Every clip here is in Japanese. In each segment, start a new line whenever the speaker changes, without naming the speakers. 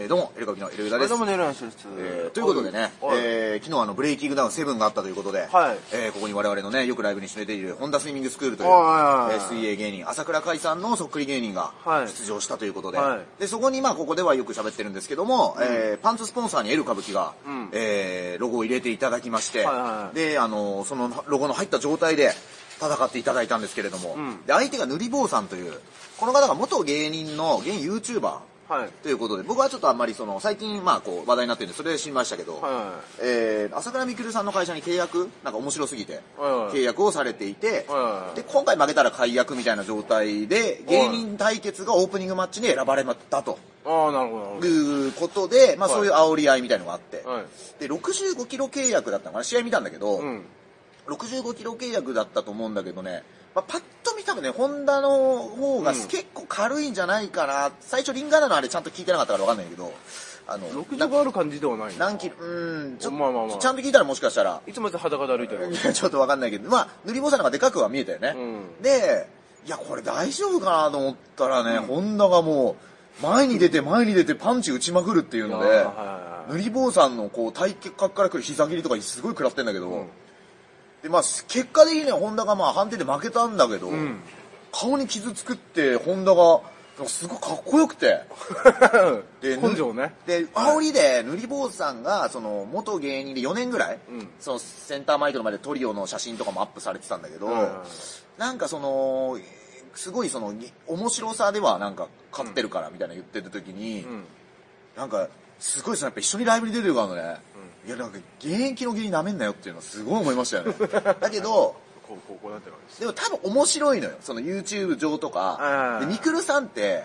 えーどうも、エルカビのエルウダです。
どうもね、ランシです。
えーということでね、
はい
えー昨日あの、ブレイキングダウン7があったということで、
はい
えーここに我々のね、よくライブに出ている、ホンダスイミングスクールという、
はいはいはい
えー水泳芸人、朝倉海さんのそっくり芸人が
はい
出場したということで、
は
で、そこにまあ、ここではよく喋ってるんですけども、えーパンツスポンサーにエル歌舞伎が、
ん
えーロゴを入れていただきまして、
はいはい
で、あのーそのロゴの入った状態で、戦っていただいたんですけれども、
ん
で相手が塗り坊さんという、この方が元芸人の、現 YouTuber
はい。
ということで、僕はちょっとあんまりその、最近まあこう話題になってるんで、それで知りましたけど、
は
えー、朝倉未来さんの会社に契約、なんか面白すぎて、
はいはい
契約をされていて、
はいはい
で、今回負けたら解約みたいな状態で、芸人対決がオープニングマッチに選ばれたと
い。ああ、なるほど、なるほど。
いうことで、まあ
はい
そういう煽り合いみたいのがあって、
はい
で、65キロ契約だったのかな、試合見たんだけど、
うん。
65キロ契約だったと思うんだけどね、まあ、パッと見たらね、ホンダの方が
うん
結構軽いんじゃないかな、最初リンガーナのあれちゃんと聞いてなかったからわかんないけど、あの、
60がある感じではない。
何キロ、うーん、ちょっと、
まあまあまあ
ちゃんと聞いたらもしかしたら、
いつもやって裸で歩いてる。
いやちょっとわかんないけど、まあ、塗り坊さんの方がでかくは見えたよね。
う
で、いや、これ大丈夫かなと思ったらね、ホンダがもう、前に出て前に出てパンチ打ちまくるっていうの
い
で
やーはいはいは、い
塗り坊さんのこう体格からくる膝切りとかすごい食らってんだけど、
ん
で、まあ、結果的にはホンダがまあ判定で負けたんだけど、
ん
顔に傷つくって、ホンダが、すごいかっこよくて。 で
根性ね。
で、煽りで、塗り坊さんが、その、元芸人で4年ぐらい、
うん
その、センターマイクの前でトリオの写真とかもアップされてたんだけど、
はいはい
なんかその、すごいその、ぎ面白さではなんか、勝ってるからみたいな言ってる時に、
うん。
なんか、すごいですね、やっぱ一緒にライブに出てるからのね、いや、なんか、現役の芸人舐めんなよっていうのはすごい思いましたよ ね。だけど、
こう、こう、こうなってるわけです。
でも多分面白いのよ。その YouTube 上とか。
う
で、
ん
ミクルさんって、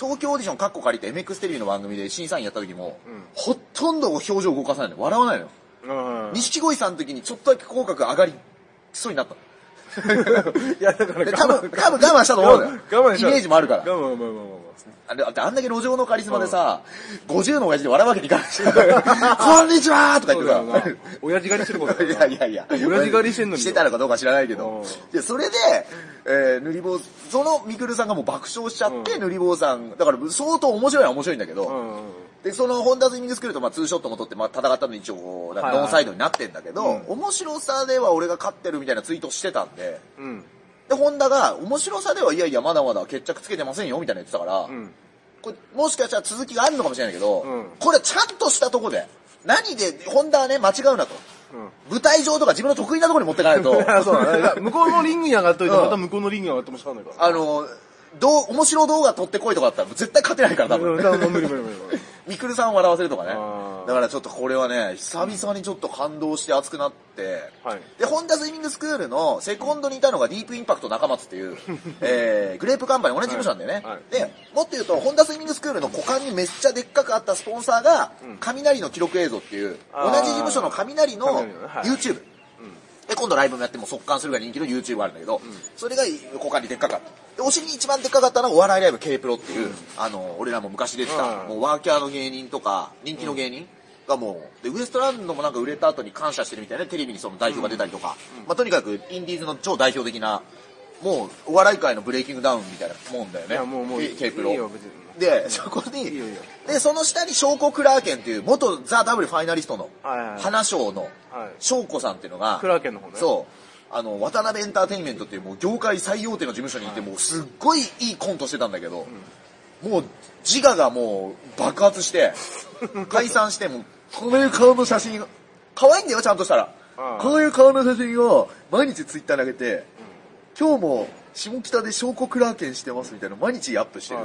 東京オーディションカッコ借りて MX テレビの番組で審査員やった時も、
うん
ほとんど表情動かさないのよ。笑わないのよ。
うん。
錦鯉さんの時にちょっとだけ口角上がり、そうになったの。
いや、だから
で多分、多分我慢したと思うのよ。
我慢し
イメージもあるから。
我慢、我慢、我
あれだってあんだけ路上のカリスマでさ、50の親父で笑うわけにいかないし、こん にちはーとか言
慢。
ってさ、
親父狩りしてることだ
いやいやいや。
親父狩りしてんのに。
してたのかどうか知らないけ
う
ど
ん。
いや、それで、えー、塗り棒、そのみくるさんがもう爆笑しちゃって、
う
塗り棒さん、だから相当面白いのは面白いんだけど、
うんうん。
で、そのホンダスイミングスクールとまあツーショットも取って、まあ戦ったのに一応こう、なんか
はいはい
ノンサイドになってんだけど、
うん
面白さでは俺が勝ってるみたいなツイートしてたんで、
うん。
で、ホンダが、面白さではいやいや、まだまだ決着つけてませんよ、みたいな言ってたから、
うん。
これもしかしたら続きがあるのかもしれないけど、
うん
これちゃんとしたとこで、何で、ホンダはね、間違うなと。
うん。、
舞台上とか自分の得意なところに持ってかないと
そうだね。向こうのリングに上がっといて、また向こうのリングに上がってもしかないから。
あの、どう、面白動画撮ってこいとかだったら絶対勝てないから多
う
分。
ん、だからもう無理無理無理無理。
みくるさんを笑わせるとかね
あ。ー
だからちょっとこれはね、久々にちょっと感動して熱くなって、
はい
で、ホンダスイミングスクールのセコンドにいたのがディープインパクト中松って いう、えー、グレープカンパニー同じ事務所なんだよね。
はいはい
で、もっと言うと、ホンダスイミングスクールの股間にめっちゃでっかくあったスポンサーが
うん、
雷の記録映像っていう、
あ
同
ー
じ事務所の雷の
雷のねはい
YouTube。で、今度ライブもやっても速乾するが人気の YouTube があるんだけど、それが股間にでっかかった。で、お尻に一番でっかかったのがお笑いライブ K プロっていう、あの、俺らも昔出てた、
うん
もうワーキャーの芸人とか、人気の芸人がもう、で、ウエストランドもなんか売れた後に感謝してるみたいな、テレビにその代表が出たりとか、まあとにかくインディーズの超代表的な、もう、お笑い界のブレイキングダウンみたいなもんだよね。
いやもうもう
K- K プロ。
いいよ別に
で、そこに、
いいよいいよ
で、その下に翔子クラーケンっていう、元ザ・ W ファイナリストの、
はいはいはい
花賞の
はい、
翔子さんっていうのが、
クラーケンの方ね
そう。あの、渡辺エンターテインメントっていうもう業界最大手の事務所にいて、もうすっごいいいコントしてたんだけど、もう自我がもう爆発 して、解散して、もうこういう顔の写真、可愛いんだよ、ちゃんとしたら
あ。あ
こういう顔の写真を毎日ツイッターに上げて、今日も下北で証拠クラーケンしてますみたいなの毎日アップしてる。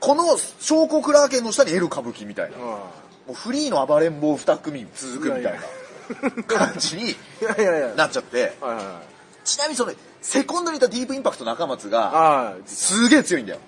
この証拠クラーケンの下にエル歌舞伎みたいな。もうフリーの暴れん坊二組続くみたいな感じに
いやいやいや。
なっちゃって。
はいはいはい。
ちなみにその、セコンドにいたディープインパクト中松が、
ああ、
すげえ強いんだよ。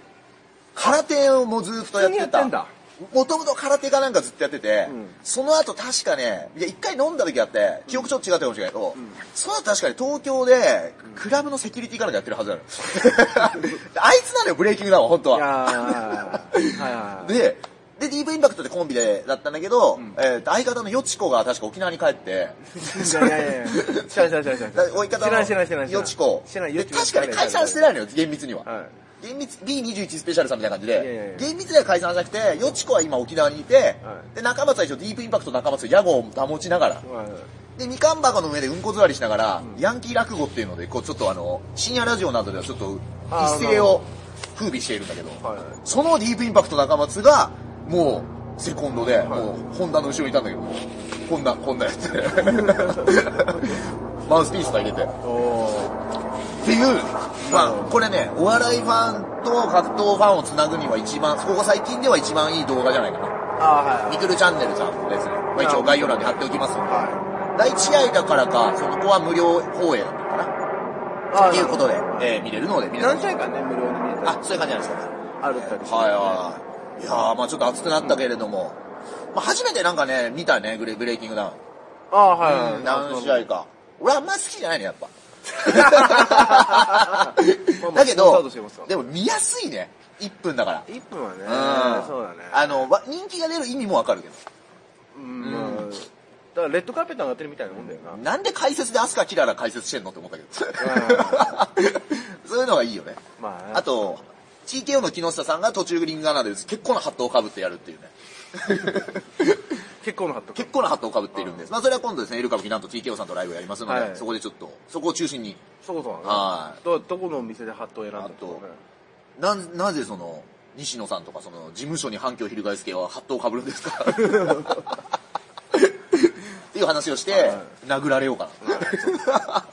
空手をもうずっとやっ
普通にや
て
ってん
た
だ。
もともと空手かなんかずっとやってて、
うん
その後確かね、いや一回飲んだ時あって、記憶ちょっと違ったかもしれないけど、その後確かに東京で、クラブのセキュリティかなんかやってるはずな の。あいつなのよ、ブレイキングダウンは、本当
いや
は。
ーはいはいはい。
で、で、ディープインパクトでコンビでだったんだけど、えーと相方のよちこが確か沖縄に帰って、
いやいやいや。知らん知らん知らん知らん。
追い方
知
の
らん知らん知らん。
よちこ。
知らん
で確かに解散してないのよ、厳密には。
はい。
厳密、B21 スペシャルさんみたいな感じ
いやいやい
で
や、
厳密には解散しなくて、よちこは今沖縄にいて、
はい
で、中松は一応ディープインパクト中松と屋号を保ちながら、
はい
で、みかん箱の上でうんこ座りしながら、ヤンキー落語っていうので、こうちょっとあの、深夜ラジオなどではちょっと
あー
一世を風靡しているんだけど、
はい
そのディープインパクト中松が、もう、セコンドで、
い
もう、ホンダの後ろにいたんだけど、こんな、こんなや つで。マウスピースと入れて。っ
お
ていう、ま
なるほ
あ
ど、
これね、お笑いファンと格闘ファンをつなぐには一番、ここ最近では一番いい動画じゃないかな。
あ
ミクルチャンネルさんのやつね。まあ一応概要欄に貼っておきますので
はいは
第1試合だからか、その子は無料放映だったのか
い
な
あ
っていうことで、
え
えー見れるので、皆さ
何
ん。
試合かね無料で見れたり
あ、そういう感じなんですか。
あるったりして
はいはい。いやー、まあちょっと熱くなったけれども、まあ初めてなんかね、見たね、グレブレイキングダウン。
ああはいはい
何試合か。俺あんま好きじゃないね、やっ ぱ。
まあ
だけ
スター
ど
トしてますか、ら
でも見やすいね。1分だから。
1分はね
うん。
そうだね
あの、わ人気が出る意味もわかるけど。
うんまあだからレッドカーペット上がってるみたいなもんだよな
なんで解説でアスカキララ解説してんのって思ったけど。 そういうのがいいよね。
まあね
あと、TKO の木下さんが途中リングアナで結構なハットをかぶってやるっていうね。
結構のハット
結構なハットをかぶっているんです。まあそれは今度ですね、エル歌舞伎なんと TKO さんとライブやりますので、
はい
そこでちょっと、そこを中心に。
そうそうだね
はい
どどこのお店でハットを選んだ
あ
の
と、な、なぜその、西野さんとかその、事務所に反響を翻す系はハットをかぶるんです かっていう話をして、
はい
殴られようかな。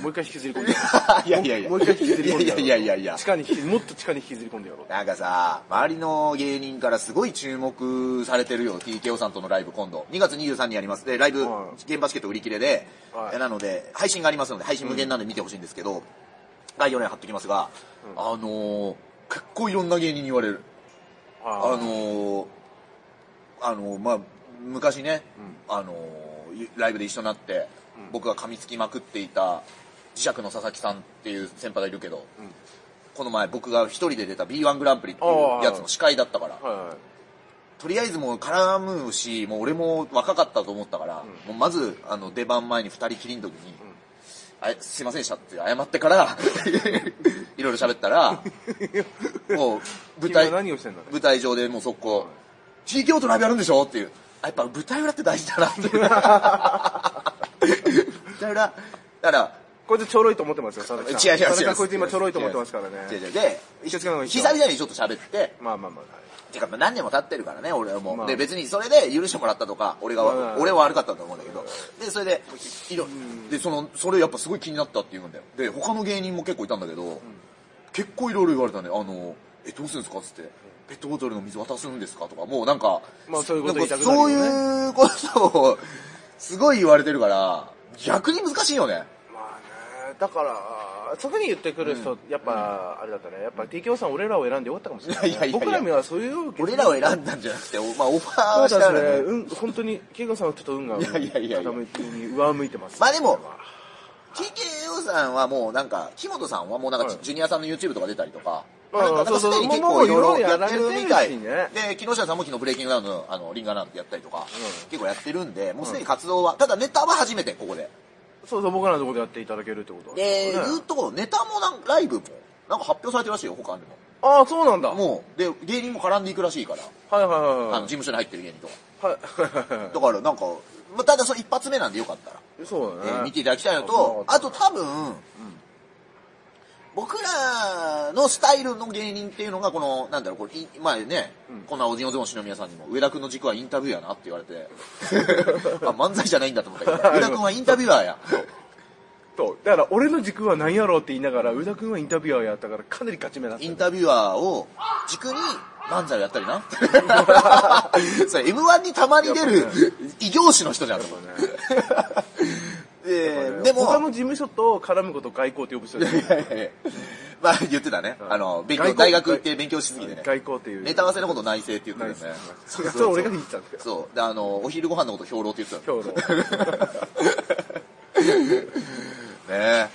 もう一回引きずり込んでや
いやいやいや。
ろうもう一回引きずり込んでやろう
いやいやいやいや
地。下に引きもっと地下に引きずり込んでやろう
なんかさ、周りの芸人からすごい注目されてるよ、TKO さんとのライブ今度。2月23にやります。で、ライブ、
はい
現場チケット売り切れで、
はい
えなので、配信がありますので、配信無限なんで見てほしいんですけど、概要欄に貼っときますが、あのー、結構いろんな芸人に言われる。あ
あ
のー、あのー、まあ、昔ね、あのー、ライブで一緒になって、僕が噛みつきまくっていた磁石の佐々木さんっていう先輩がいるけど、この前僕が一人で出た B1 グランプリっていうやつの司会だったから、
はいはい
とりあえずもう絡むし、もう俺も若かったと思ったから、もうまずあの出番前に二人きりの時に、あすいませんでしたって謝ってから、 いろいろ喋ったら、もう舞
君は
台、
何をしてんだね
舞台上でもう速攻、地域オートライブやるんでしょっていう。あ、やっぱ舞台裏って大事だなって いう。舞台裏、だから、
こいつちょろいと思ってますよ、佐々
違う違う違
木さん。
う。
佐々木さんこいつ今ちょろいと思ってますからね。
違う違う。で、
気をつけた方がいいですよ
久々にちょっと喋って、
まあまあまあ。
てかまあ何年も経ってるからね、俺はもう。
まあ
で、別にそれで許してもらったとか、俺が、
まあまあ
俺は悪かったと思うんだけど。で、それで、いろ、で、その、それやっぱすごい気になったって言うんだよ。で、他の芸人も結構いたんだけど、結構いろいろ言われたね。あの、え、どうするんですかっつって。ペットボトルの水渡すんですかとか、もうなんか、
まあそういうこと言いたくなる
そう
よね
いうことを、すごい言われてるから、逆に難しいよね。
まあね、だから、そこに言ってくる人、やっぱ、あれだったね。やっぱ TKO さん俺らを選んでよかったかもしれない
いやいやいやい
ね。
や
僕らにはそういう。
俺らを選んだんじゃなくて、おまあオファーし
そう
た
だ
ら
ね。
ね。
うん、本当に、TKO さんはちょっと運が
いやいやいやいや
傾いてに上向いてます。
まあでも TKO さんはもうなんか、木本さんはもうなんか、
はい
ジュニアさんの YouTube とか出たりとか、
うん
なんか、なんかすでに結構いろいろやってるみたい。
もうもういろいろやられ
で、木下さんも昨日ブレイキングダウンの、あの、リンガーなんてやったりとか、結構やってるんで、もうすでに活動は、ただネタは初めてここで。
そうそう、僕らのところでやっていただけるってことは
で、
ね
言うと、ネタもなんライブも、なんか発表されてるらしいよ、他にも。
ああ、そうなんだ。はい
もう、で、芸人も絡んでいくらしいから、
はい
あの、
は
事務所に入ってる芸人とか。
いはい。は
だからなんか、まあ、ただその一発目なんでよかったら。
い。そう
え
だ
ー
ね。
見ていただきたいの
そ
と
う、
あと多分、僕らのスタイルの芸人っていうのが、この、なんだろう、これ、い前ね、こんなおじおぞんしの皆さんにも、上田君の軸はインタビュアーやなって言われ て、あ漫才じゃないんだと思ったけど、上田君はインタビュアーや。
そうだから俺の軸は何やろうって言いながら、宇田くんはインタビュアーやったからかなり勝ち目だった
イ
ね。
ンタビュアーを軸に漫才をやったり な。それ M1 にたまに出る異業種の人じゃんと思って。ででも、
他の事務所と絡むことを外交って呼ぶ人ですよね
いやいや まあ言ってたね。 あの、勉強、
外交
大学行って勉強しすぎてね。
外交っていう。
ネタ合わせのこと内政って言って
ない
るよ
ですね
ね。。
そ れ俺が言ってたんですよ。
そう。で、あの、お昼ご飯のこと兵糧って言ってたの
今日 の。
ね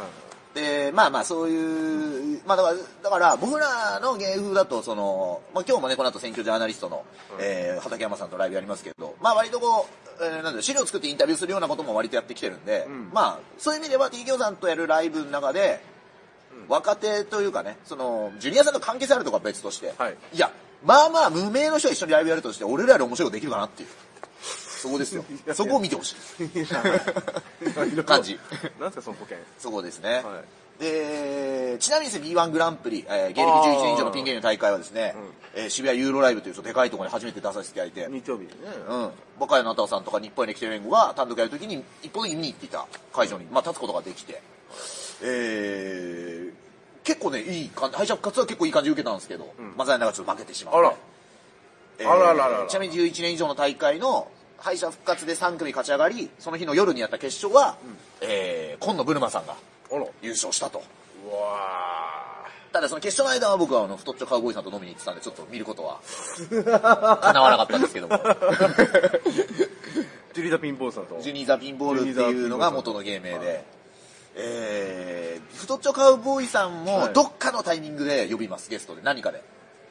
で、まあまあそういう、まあだから、だから僕らの芸風だと、その、まあ今日もね、この後選挙ジャーナリストの、えー畠山さんとライブやりますけど、まあ割とこう、えーなんだろう資料作ってインタビューするようなことも割とやってきてるんで、まあそういう意味では TKO さんとやるライブの中で、若手というかね、その、ジュニアさんと関係性あるとかは別として、
はい
や、まあまあ無名の人が一緒にライブやるとして、俺らより面白いことできるかなっていう。そこ ですよ。そこを見てほし い。感じ。
なんですかその保険
そこですね。
は
で、ちなみにですね、B1 グランプリ、えー、芸歴11年以上のピン芸人の大会はですね、えー渋谷ユーロライブという、そうでかいところに初めて出させていただいて、
日曜日にね
うん、バカヤナタさんとか日本への来てる援護が単独やるときに一方的に見に行っていた会場に、まあ、立つことができて、えー、結構ねいい感じ敗者復活は結構いい感じで受けたんですけど、松平がちょっと負けてしまって
あら
え
あらららら
ちなみに11年以上の大会の敗者復活で3組勝ち上がりその日の夜にやった決勝は、えー、今野ブルマさんが
あらう
優勝したと
わ
ただその決勝の間は僕はあの太っちょカウボーイさんと飲みに行ってたんでちょっと見る ことは叶わなかったんですけども
ージュリーダ・ピンポーさんと
ジュニーザ・ピンボールっていうのが元の芸名で、えー、太っちょカウボーイさんも
はい
どっかのタイミングで呼びます、ゲストで、何かで。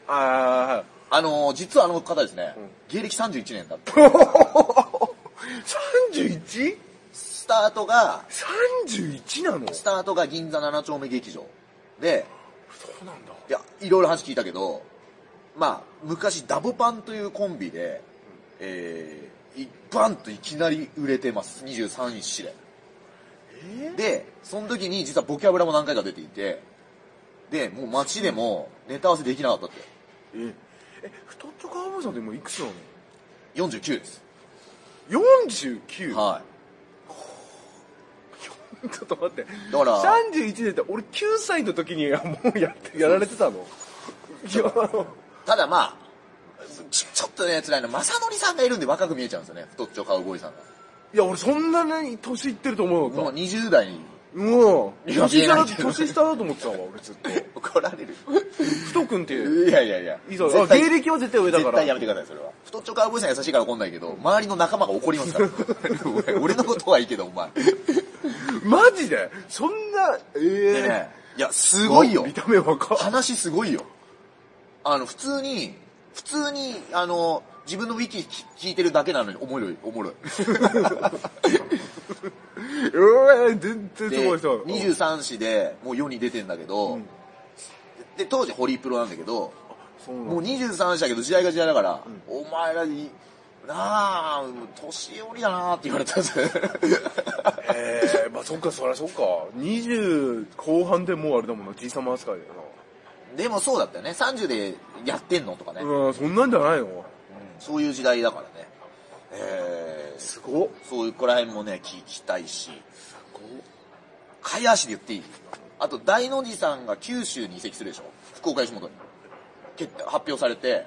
ああ
あのー、実はあの方ですね、芸歴31年だった。
31?31
スタートが、
なの
スタートが銀座7丁目劇場で、
そうなんだ
いや、いろいろ話聞いたけど、まあ、昔ダボパンというコンビで、えー、いバンといきなり売れてます、23一で。
え
で、その時に実はボキャブラも何回か出ていて、で、もう街でもネタ合わせできなかったって。
ええ太っちょカウボーイさんってもういくつなの
49です。
49?
は
ちょっと待って。
だから
31年って俺9歳の時にはもうやって、やられてたのいや、あの、
い。ただまあ、ちちょっとね、辛いのは、正則さんがいるんで若く見えちゃうんですよね。太っちょカウボーイさんが。
いや俺そんなに年いってると思う
もう
のか。
20代 に
もう、
いや
年下だ、
いやいや
年下だと思ってたわ、俺ずっと。
怒られる。
太くんっていう。
いやいやいや。
いいぞ
絶
あ
対
芸歴は絶対上だから。
絶対やめてください、それは。太っちょカウボーイさん優しいから怒んないけど、周りの仲間が怒りますから。俺俺のことはいいけど、お前。
マジでそんな、ええ
でね、いや、すごいよ
見。た目若っ。
話すごいよ。あの、普通に、普通に、あの、自分のウィキ聞いてるだけなのに、おもろい、おもろい。
うわ全然
で、
すごい人。
23子でもう世に出てんだけど、
ん
で、当時ホリプロなんだけど、
そうな
もうん
だ。
23子だけど時代が時代だから、お前らに、なあ、年寄りだなって言われたんですよ
ええまあそっか、そりゃそっか。20後半でもうあれだもんな、じいさま扱いだよ
でもそうだったよね。30でやってんのとかね、
な。うん、そんなんじゃないの
そういう時代だからね。えー、
すごっ。
そういうこら辺もね、聞きたいし。早足で言っていいあと、大の字さんが九州に移籍するでしょ福岡吉本に。決定発表されて。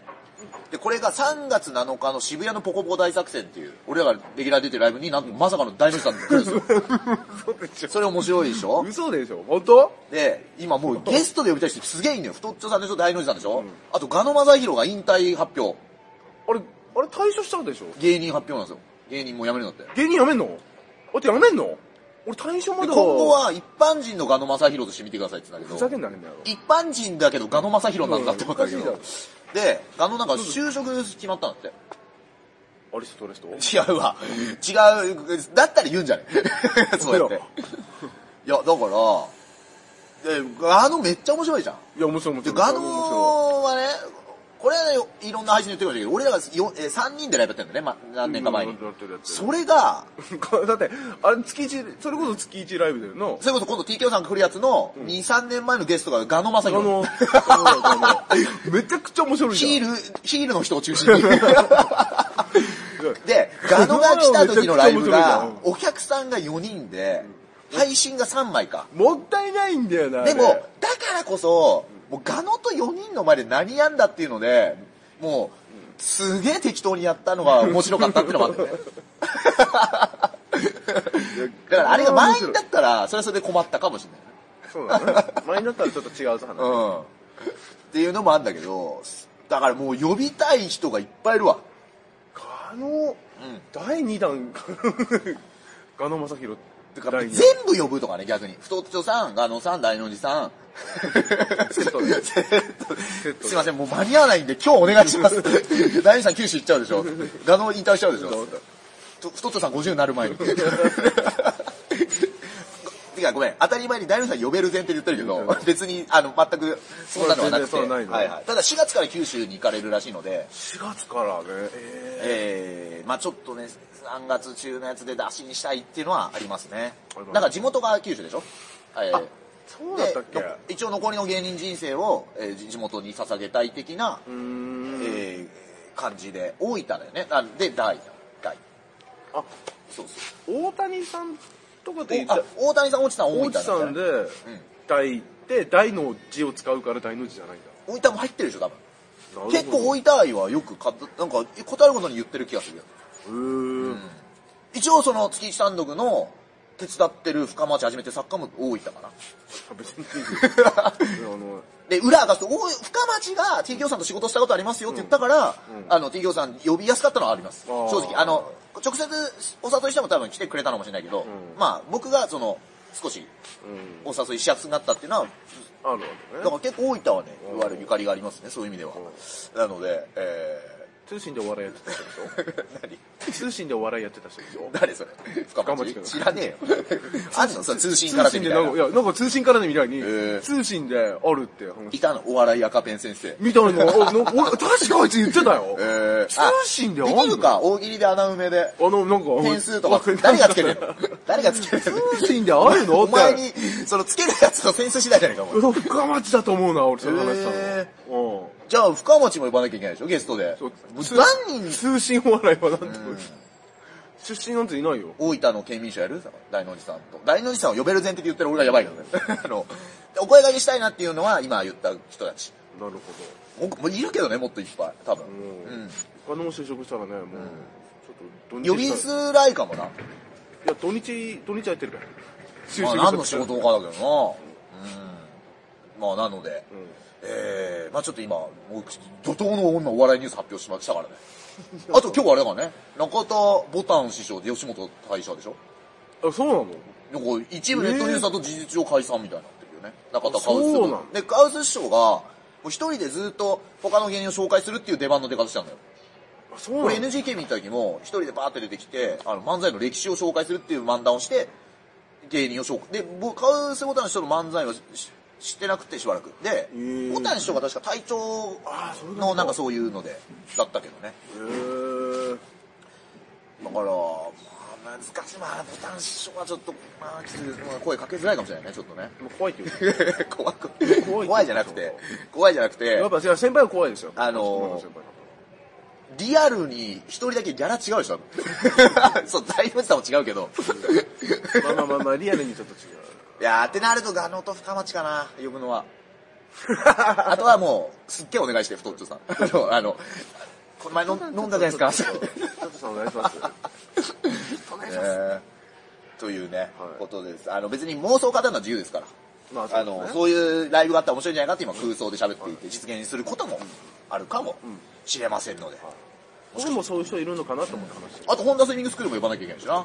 で、これが3月7日の渋谷のポコポコ大作戦っていう、俺らがレギュラー出てるライブになんとまさかの大の字さんが来るんですよ。
嘘でしょ
それ面白いでしょ
嘘でしょ本当
で、今もうゲストで呼びたい人すげえいいんだよ。太っちょさんでしょ大の字さんでしょ、あと、ガノマザヒロが引退発表。
あれ、あれ退所したんでしょ
芸人発表なんですよ。芸人もう辞めるんだって。
芸人辞めんのあって辞めんの俺退所ま
で
で
今後は一般人のガノマサヒロとして見てくださいって言うんだ
ふ
けど
ざ、けんなねんだよ。
一般人だけどガノマサヒロなんだって思ったんだけ
うんお
ど
か、
で、ガノなんか就職決まったんだって。
アリストレスト
違うわ。違う。だったら言うんじゃねそうやって。いや、だから、でガノめっちゃ面白いじゃん。
いや、面白い面
で、
白
ガ
い。
ノ
面白
はね、これはね、いろんな配信で言ってくれたけど、俺らがよえー3人でライブやってんだよね、ま、何年か前に
うんやってるやっ。てる
それが、
い だって、あれ月一、それこそ月一ライブだよな。
それこそ今度 TKO さんが来るやつの2、3年前のゲストがガノマサ
あ
ヒロ。
の、あのめちゃくちゃ面白いじゃん。
ヒール、ヒールの人を中 心に。で、ガノが来た時のライブが、お客さんが4人で、配信が3枚か。
もったいないんだよな。あれ
でも、だからこそ、もうガノと4人の前で何やんだっていうので、もう、すげえ適当にやったのが面白かったっていうのもあるんだよね。だからあれが満員だったら、それはそれで困ったかもしれない。
そうだね。前になったらちょっと違う話。
うん。っていうのもあるんだけど、だからもう呼びたい人がいっぱいいるわ。
ガノ、第2弾、 ガノマサヒロ
てか
第
全
二
部呼ぶとかね、逆に。太っちょさん、ガノさん、大の字さん。
セット で
セット
セットです
いません、もう間に合わないんで、今日お願いします。 大の字さん九州行っちゃうでしょ。ガノ引退しちゃうでしょ。と太っちょさん50になる前に。てかがごめん、当たり前に大名さん呼べる前提で言ってるけど、別に、あの、全く、そんなのはなくて。
そう全然そうないの
はいはい。ただ4月から九州に行かれるらしいので、
4月からね、え
えー、まあちょっとね、3月中のやつで出しにしたいっていうのはありますね
ありま
だ
す。
から地元が九州でしょはい
ー、あそうだったっけ
での一応残りの芸人人生を、えー地地元に捧げたい的な、
うーん
えー感じで、大分だよね。あで、大、大。
あ
そうそう。
大谷さんとかで言っ
お
た
あ、大谷さん、落ちたん大
大
分だ
内
ったよ
さん
ね
で大って大の字を使うから大の字じゃないん
大分も入ってるでしょ、多分。
だ
結構
い
大分愛はよくかなんか答えることに言ってる気がするよ
うーん
一応その月一単独の手伝ってる深町始めて作家も大分かな
別にいいよあの
で裏が深町が TKO さんと仕事したことありますよって言ったから、あの TKO さん呼びやすかったのはあります
あー
正直あの直接お誘いしても多分来てくれたのかもしれないけど、まあ僕がその少し
うん
お誘いしやすくなったっていうのは
あるわけ
だ
ね
から結構大分はねいわゆるゆかりがありますねそういう意味ではなのでえ
通信でお笑いやってた人でし
ー、何
ょ通信でお笑いやってた人でしょ
誰それ深
町
町知ら ねえよ。あんのそれ通信から
通
み
信で
たい
なん
な
かい。やなんか通信からの未来に、
ー
通信であるって話
いたのお笑い赤ペン先生。
みたい なあの俺確かあいつ言ってたよ、
えー
通
あ
信であ
で
んの
きるか大喜利で穴埋めで。
あのなんか
点数とか。誰がつける の誰がつけるの
通信であるの
お前
って
に、そのつけるやつと点数次第じゃないか、お前。
うわ深町だと思うな俺それ話したの、
へ
うん
じゃあ、深町も呼ばなきゃいけないでしょ、ゲストで。
そう
もう
通
何人
通信お笑いはなんて出身なんていないよ
大分の県民賞やる大の字さんと。大の字さんを呼べる前提で言ってる俺がやばいけどね。 あの、お声掛けしたいなっていうのは、今言った人たち。
なるほど
もうもういるけどね、もっといっぱい、多分。
う
うん。
お金も就職したらねもう、ちょっと土日
呼びづらいかもな。
いや土日土日空いてるから就
まあ、
した
何の仕事かだけどな。うん。まあ、なので、
うん
えー、まあちょっと今、もう怒涛の女お笑いニュース発表しましたからね。あと今日はあれだからね、中田ボタン師匠で吉本退社でしょ
あそうなの
なんか一部ネットニュースだと事実上解散みたいになってるよね。中田カウス
そうなの
で、カウス師匠が、もう一人でずっと他の芸人を紹介するっていう出番の出方したんだよ。
あそうなの
俺 NGK 見に行った時も、一人でバーって出てきて、あの、漫才の歴史を紹介するっていう漫談をして、芸人を紹介。で、僕、カウスボタンの人の漫才はしし知ってなくてしばらく。で
ー、
ボタンの人が確か体調
あーそれなんだ
のなんかそういうので、だったけどね。
へー
だから、まあ、難しい。まあ、ボタン師匠はちょっと、まあ、きついですまあ声かけづらいかもしれないね、ちょっとね。
もう怖いって言う
怖く
怖い
怖いじゃなくて、怖いじゃなくて
やっ、ぱいや先輩は怖いですよ
あのー
先輩は
リアルに一人だけギャラ違うでしょ そう、大分さんも違うけど。
まあまあまあまあリアルにちょっと違う
いやーってなるとガノと深町かな、呼ぶのは。あとはもう、すっげえお願いして、太っちょさん。あの、あのこの前飲ん飲んだじゃないですか。
佐藤さんお願いしますお願いします
えーというね、
はい
ことです。あの、別に妄想方のは自由ですから。
まあ
あ
そうで
の、
すね
そういうライブがあったら面白いんじゃないかって今空想で喋っていて、実現することもあるかもしれませんので。
僕もそういう人いるのかなと思って話してる
あと、ホンダスイミングスクールも呼ばなきゃいけないしな。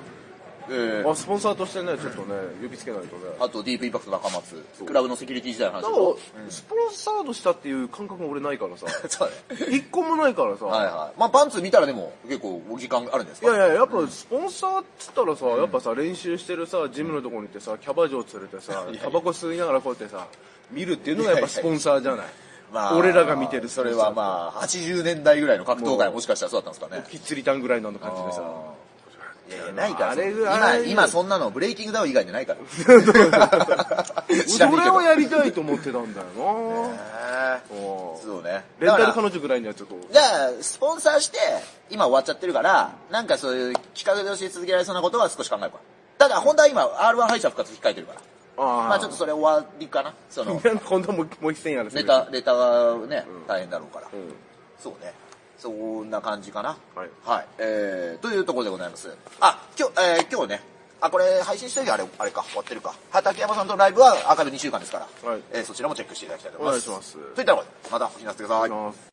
えー
あスポンサーとしてねちょっとね呼びつけないとね
あと、ディープインパクト中松、クラブのセキュリティ時代の話
なん
で
か
しょ、
スポンサードしたっていう感覚も俺ないからさ
そうだね。
一個もないからさ、
はいはい。まあ、パンツ見たらでも、結構、時間あるんです
い
か
やいや、やっぱスポンサーっつったらさ、やっぱさ、練習してるさ、ジムのとこに行ってさ、キャバ嬢連れてさ
い、や
タバコ吸いながらこうやってさ、見るっていうのがやっぱスポンサーじゃない。
まあ、
俺らが見てる
それはまあ、80年代ぐらいの格闘界はもしかしたらそうだったんですかね。
きっつりたんぐらいのあの感じでさ。
いやいや、ないから。
あれぐ
今
ら、い
今そんなの、ブレイキングダウン以外でないから。 知らねえ
そ
け
れ
ど
をやりたいと思ってたんだよ な
へー
うん
そうね。
レン
だ
タル
から
彼女ぐらいのやつをこう
じゃあ、スポンサーして、今終わっちゃってるから、なんかそういう企画で教え続けられそうなことは少し考えるか。ただ、本当は今、R1 敗者復活控えてるから。
あ
まあちょっとそれ終わりかな。その、
と。今度はもうもう一戦やらせ
ネ
る
タ、ネタがね、大変だろうから。
うん
そうね。そんな感じかな。
はい
えー、というところでございます。あ、今日、えー、今日ね、あ、これ配信してる時あれ、あれか、終わってるか。畠山さんとのライブはアーカイブ2週間ですから、
はい
えーそちらもチェックしていただきたいと思います。
お願いします
といったところで、またお聞きなさってくださ
お
い。
願いします